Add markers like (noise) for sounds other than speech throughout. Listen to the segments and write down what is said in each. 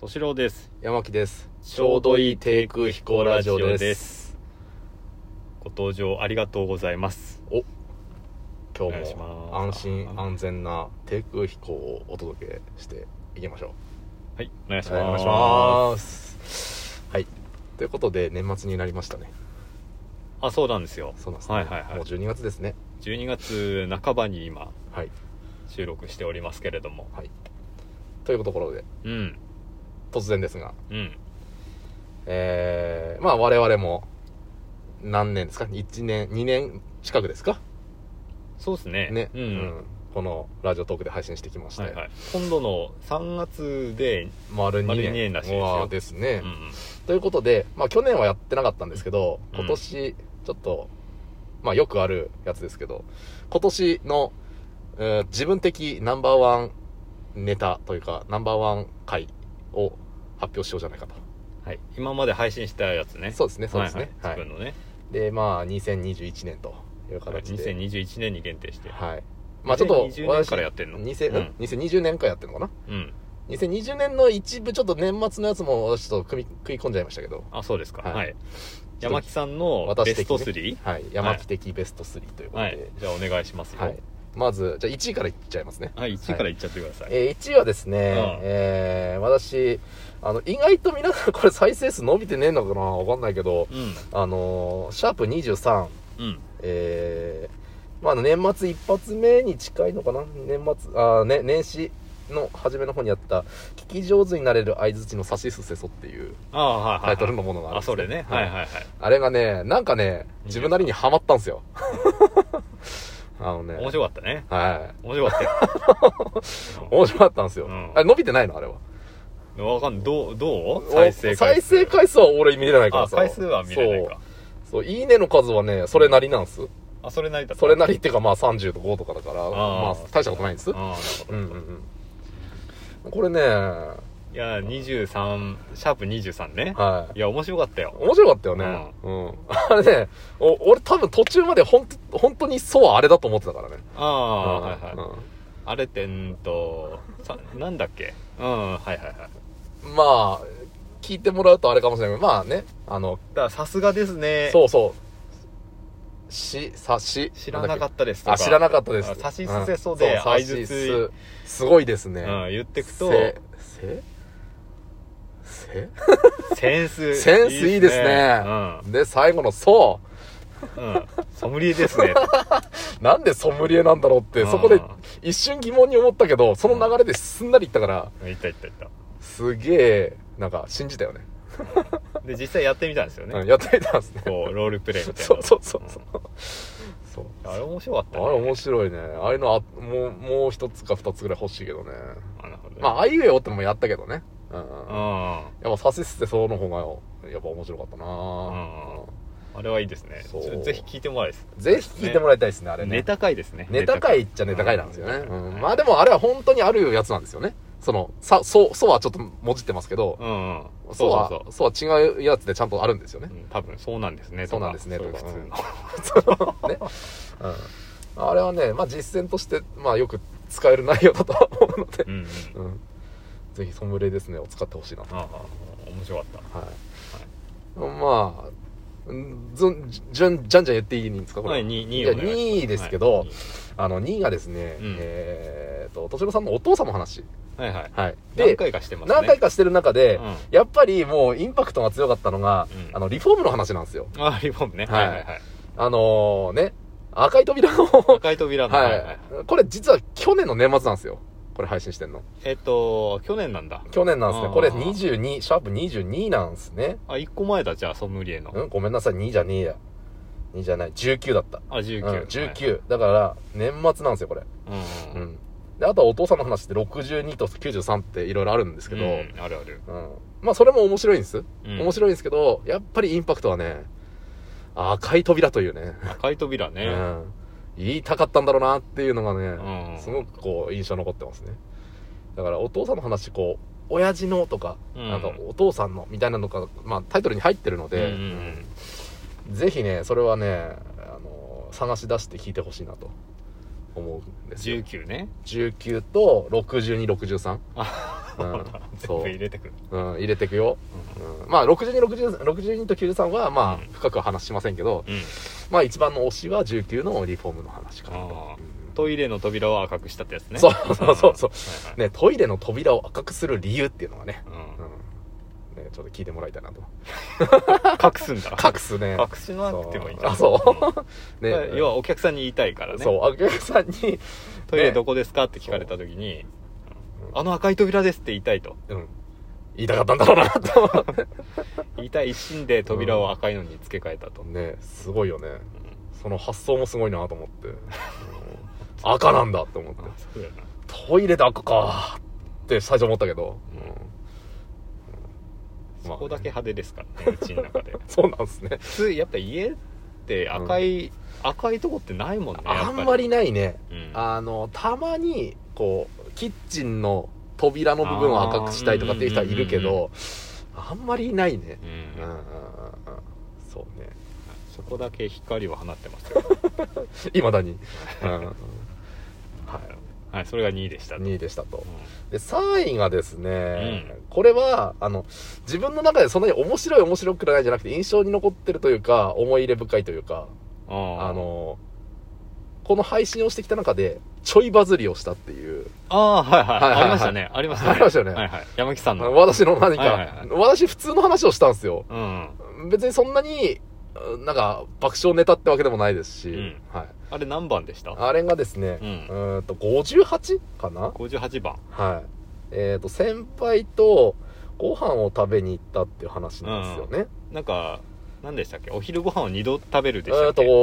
敏郎です山木ですちょうどいい低空飛行ラジオですご登場ありがとうございますお今お願い日しまも安す心安全な低空飛行をお届けしていきましょはいお願いしうはいお願まいすしますはいということで年末になりましたねあそうなんですよそうなんですね、はいはいはいもう12月ですね12月半ばに今はい収録しておりますけれどもはいというところでうん突然ですがうんえー、まあ我々も何年ですか1年2年近くですかそうですねね、うん、このラジオトークで配信してきまして、はいはい、今度の3月で、丸2丸年二年らしいですよわあですねう、ん、ということで、まあ、去年はやってなかったんですけどうん今年ちょっと、まあ、よくあるやつですけど今年の、えー自分的ナンバーワンネタというかナンバーワン回を発表しようじゃないかとはい、今まで配信したやつねそうですねそうですねはいはいはい自分のね、でまあ2021年というはい、形で、 2021年に限定して、はいまあちょっと2020年からやってんの2000うん2020年からやってるのかなうん2020年の一部ちょっと年末のやつも私ちょっと組み食い込んじゃいましたけどあそうですかははいい、山木さんの私ベ的スにト3、はい山木的ベスト3ということはで、いじゃあお願いしますよははいい、、まずじゃあ1位からいっちゃいますね、 1位からいっちゃってください、えー、1位はですね、んえー私あの意外と皆さんこれ再生数伸びてねえのかなわかんないけどあのーシャープ23うんうんえーまあ、年末一発目に近いのかな年末あー、ね、年始の初めの方にやった「聞き上手になれる相づちの指しすせそ」っていうああはいはい、はい、タイトルのものがあるんあですそけどれねはいはいはいあれがねなんかね自分なりにハマった (laughs) んですよあのね面白かったねはい面白かったよ面白かったんですよ、うんあれ伸びてないのあれはうん (laughs) わかんどうどう再生回数再生回数は俺見れないからあさ回数は見れないかそうそういいねの数はねそれなりなんです、あそれなりだったそれなりっていうかまあ35とかだからまあ大したことないんですああなるほうど、んうんうんこれねいや23シャープ23ね、はいいや面白かったよ面白かったよね、うんあれねお俺多分途中までほんと本当にそうあれだと思ってたからねああ、はいはい、うんあれってんーとさなんだっけうんはいはいはいだかまあ聞いてもらうとあれかもしれないけどまあねあのらさすがですねそうそうしさし知らなかっったですとかあ知らなかったですあさしすせそでんそう相づちさしすすごいですね、うん、言ってくとせせせセンスセンスいいですねうんで最後の「そうん、ソムリエですねう」なんでソムリエなんだろうってうんそこで一瞬疑問に思ったけどその流れですんなりいったからいったいったいったすげえなんか信じたよねで実際やってみたんですよね、うんやってみたんですねこうロールプレイみたいなそうそうそうそうそううんあれ面白かっあた、れね、面白いねああいうのあもうもう一つか二つぐらい欲しいけどねあなるほどねまあ「あいうえお」ってのもやったけどねうんうんあやっぱ「さしすてそう」の方がやっぱ面白かったなうんあれはいいですねそうちょぜひ聞いてもらいたいですぜひ聞いてもらいたいですねあれねネタ会ですねネタ会っちゃネタ会なんですよね。ううんん、まあでもあれは本当にあるやつなんですよね。その、さ、そう、そうはちょっともじってますけどう、ん、うん、そうそうはそう、そうは違うやつでちゃんとあるんですよねう。ん多分そうなんですねとかそうなんですね、そとうか。普通のうんね。うん。あれはね、まあ実践として、まあよく使える内容だとは思うのでう、んうんうん。ぜひソムリエですねを使ってほしいなと。ああ面白かったはい。まあ、うんずん、じゃん、じゃんじゃん言っていいんですか、こはいれ。 2位いや2位ですけど、あの、2位がですね、うんえーっと、としろさんのお父さんの話。はいはいはい。何で、回かしてますね何回かしてる中で、うんやっぱりもうインパクトが強かったのが、うんあの、リフォームの話なんですよ。あリボンねははいいはいはいあのーね、赤い扉の、は赤い扉い、のはいはいこれ実は去年の年末なんですよ。これ配信してんの。えっと去年なんだ去年なんですあね。ーこれ22、シャープ22なんですね。あ1個前だじゃあソムリエのうん、ごめんなさい、2じゃねえや。2じゃない、19だった。あうん19 19。だから、年末なんですよ、これ。うんううんん。で、あとはお父さんの話って62と93っていろいろあるんですけど、うんあるあるうん、まあそれも面白いんです、うん面白いんですけどやっぱりインパクトはね赤い扉というね、赤い扉ねうん、言いたかったんだろうなっていうのがうね、んすごくこう印象残ってますねだからお父さんの話こう「親父の」とか,、うんなんか「お父さんの」みたいなのが、まあ、タイトルに入ってるので、うんうんぜひねそれはねあの探し出して聞いてほしいなと思うんですよ19ね19と6263あそうだ、 (laughs) うん全そう部入れてくるうん、入れていくよ。うん、まあ、62、60 62と93は、まうんあ、深くは話しませんけど、うんまあ、一番の推しは19のリフォームの話かなあとあ。トイレの扉を赤くしたってやつねそうそうそうそうはいはいね、トイレの扉を赤くする理由っていうのがね、うんうん。ね、ちょっと聞いてもらいたいなと。隠すんだ隠すね。隠しなくてもいいじゃんあそうねん、要はお客さんに言いたいからねそう、お客さんに、トイレどこですかって聞かれた時に「あの赤い扉です」って言いたいとうん。言いたかったんだろうな、と。言いたい一心で扉を赤いのに付け替えたと、ね、すごいよね。その発想もすごいなと思って。うん赤なんだって思ってあ。そうだよなトイレで赤かって最初思ったけど。うんまそあねこだけ派手ですから (laughs) ねうちの中でそうなんですね。普通やっぱ家って赤い、赤いとこってないもんねやっあぱんまりないね。うんあの、たまに、こう、キッチンの扉の部分を赤くしたいとかっていう人はいるけあーうんうんど、あんまりないねう。んうんうんうんうん。そうね。そこだけ光を放ってますよ、いまだに。う (laughs) んうんうんははい、それが2位でしたい。と2位でしたとう。んで、3位がですね、うんこれは、あの、自分の中でそんなに面白い面白くないじゃなくて、印象に残ってるというか、思い入れ深いというか、あああのの、この配信をしてきた中で、ちょいバズりをしたっていう、ああーはいはい、はいはいはいありましたねありましたねありましたよねはいはい、山木さんの私の何か、はいはいはい私普通の話をしたんですよ。うん別にそんなに、うんなんか、爆笑ネタってわけでもないですし、うんはい。あれ何番でしたあれがですね、ううんーんと、58? かな58番はい。えっ、と、先輩とご飯を食べに行ったっていう話なんですよね。なんか何でしたっけお昼ご飯を2度食べるでしえたっっけ、と夕夕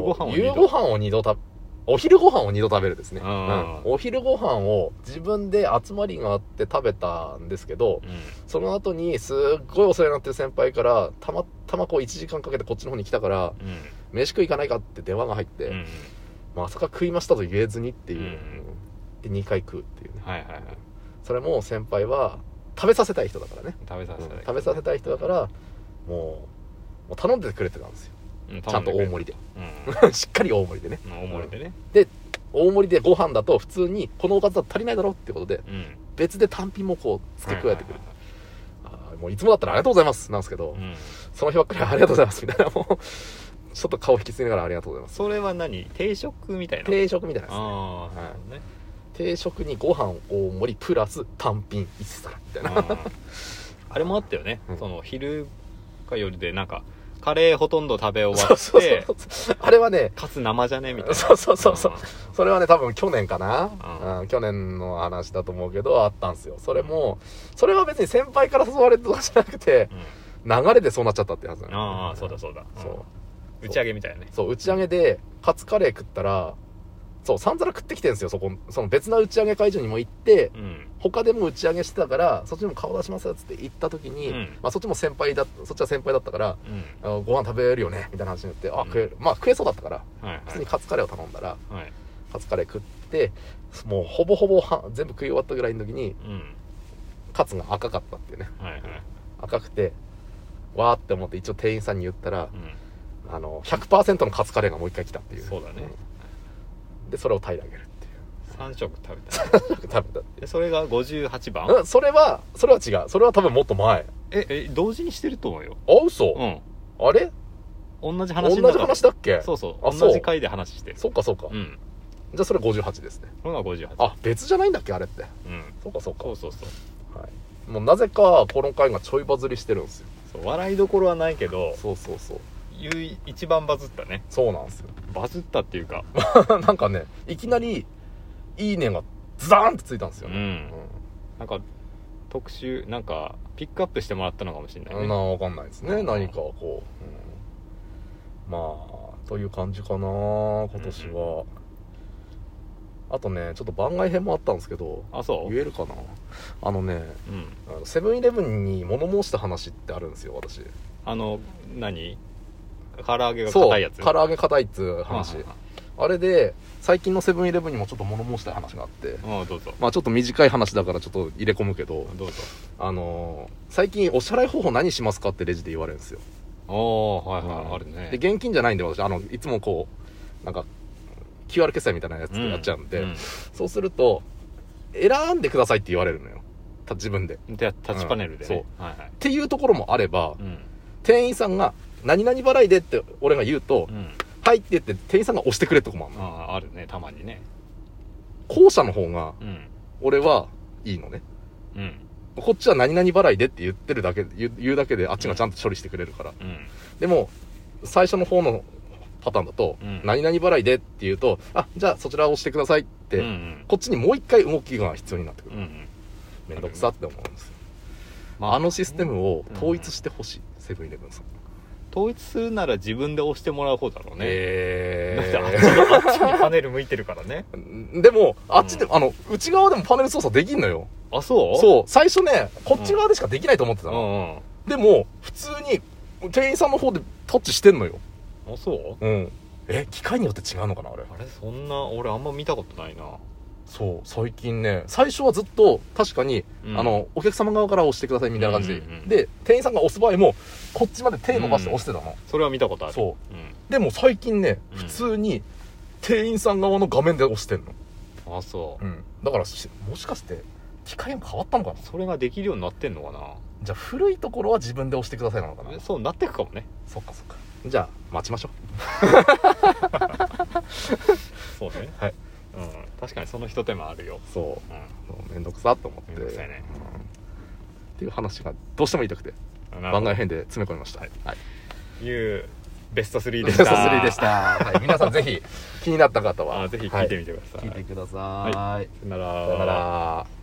ご飯を二度夕ご飯を二度食べ、お昼ご飯を二度食べるですね。うんお昼ご飯を自分で集まりがあって食べたんですけど、うんその後にすっごいお世話になってる先輩から、たまたまこう1時間かけてこっちの方に来たから、う飯食い行かないかって電話が入って、んうんまさか食いましたと言えずにっていう。うんで、2回食うっていうね。はいはいはいそれも先輩は食べさせたい人だからね。食べさせたい、食べさせたい人だからもうもう頼んでくれてたんですようん、ちゃんと大盛りで (laughs) り、しっかり大盛りでねうん、大盛りでね大盛りでご飯だと普通にこのおかずだと足りないだろうってことでうん別で単品もこう付け加えてくれはいて、あーもういつもだったらありがとうございますなんですけど、はいはいうんその日ばっかりはありがとうございますみたいなもうちょっと顔引きついながらありがとうございますそれは何定食みたいな (laughs) 定食みたいなですあねあ、はいなる定食にご飯大盛りプラス単品一皿みたいほなどねあーあれもあったよね、うんその昼か夜でなんかカレーほとんど食べ終そわうそうっそてうそうあれはねカツ生じゃねみたいなそうそうそうそうあそれはね、多分去年かな、うんうん去年の話だと思うけど、あったんですよ。それも、それは別に先輩から誘われたとかじゃなくて、ー、うん流れでそうなっちゃったってやつなのああそうだそうだ、んそ打ち上げみたいなねう。そう、打ち上げで、カツカレー食ったら、そう、三皿食ってきてんですよ、そこ。その別な打ち上げ会場にも行って、うん他でも打ち上げしてたから、そっちにも顔出しますよっつって行った時に、うんまあそっちも先輩だ、そっちは先輩だったから、うんあのご飯食べるよね、みたいな話になって、あ、うん食える。まあ食えそうだったから、はいは普通にいカツカレーを頼んだら、はいカツカレー食ってもうほぼほぼは全部食い終わったぐらいの時にうんカツが赤かったっていうねはいはい赤くてわーって思って一応店員さんに言ったらうあの100%のカツカレーがもう一回来たっていうんそうだねうんでそれを平らげる (laughs) ってい3食食べ (laughs) たう食べたっていうでそれが58番うんそれはそれは違うそれは多分もっと前あええ同時にしてると思うよ嘘、うあれん同じ同話じの中で話だっけそうそうあそう同じ回で話してるそっかそっか、うじんゃあそれ58ですねこれが58あ別じゃないんだっけあれってうんそっかそっかそうそうそうはい、もうなぜかこの回がちょいバズりしてるんですよそう笑いどころはないけどそうそうそう唯一一番バズったねそうなんですよ (laughs) バズったっていうかなんかね、いきなり、いいねがズダーンってついたんですようねん。なんか特集なんかピックアップしてもらったのかもしれないうん。ねなわかんないですね、うん何かこう、うんまあ、という感じかな、今年は。あとね、ちょっと番外編もあったんですけど、あそう言えるかなあのね、うんあのセブンイレブンに物申した話ってあるんですよ、私。あの何唐揚げがそ硬ういやつ、唐揚げ硬いっつう話。はあれで、最近のセブンイレブンにもちょっと物申したい話があって、いはいうんどうぞまあちょっと短い話だからちょっと入れ込むけど、どうぞあのー最近お支払い方法何しますかってレジで言われるんですよ。おおはいはい、うんあるねで、現金じゃないんで私、あの、いつもこう、なんか、QR 決済みたいなやつでやっちゃうんで、うんそうすると、選んでくださいって言われるのよ。た自分で。っでタッチパネルでね、はいはいていうところもあれば、うん店員さんが、何々払いでって俺が言うと、うんはいって言って店員さんが押してくれるとこもあるの。あああるねたまにね後者の方が、うん俺はいいのね。うんこっちは何々払いでって言ってるだけ、言う言うだけであっちがちゃんと処理してくれるから。うんでも、最初の方のパターンだと、うん何々払いでって言うと、あ、じゃあそちらを押してくださいって、うんうんこっちにもう一回動きが必要になってくるう。んめんどくさって思うんですよ。まあのシステムを統一うんしてほしい、セブンイレブンさん。統一するなら自分で押してもらう方だろうね、だってえあっちにパネル向いてるからねー、でも、あっちで、あの、内側でもパネル操作できんのよ。あそうそう、最初ね、こっち側でしかできないと思ってたうの。んうんでも、普通に、店員さんの方でタッチしてんのよ。あそううん。え、機械によって違うのかな、あれ。あれそんな俺あんま見たことないな、そう、最近ね、最初はずっと、確かに、うんあの、お客様側から押してくださいみたいな感じで、うんうんうんで、店員さんが押す場合も、こっちまで手伸ばして押してたの。それは見たことある、そうん、でも最近ね、うん普通に、店員さん側の画面で押してんの。あそう、うん。だからし、もしかして、機械も変わったのかなそれができるようになってんのかなじゃあ、古いところは自分で押してくださいなのかなえそうなってくかもねそっかそっか。じゃあ、待ちましょそうねはい、うん、確かにその一手間あるよ、う。そう。うもうめんどくさと思っめてんどくさいねうんっていう話がどうしても言いたくてん、番外編で詰め込みましたはい、いうベスト3い、でベしスたト3でした、はい、皆さんぜひ気になった方は (laughs) あぜひ聞いてみみてくださ、はいい、聞いてください、さよなさよなら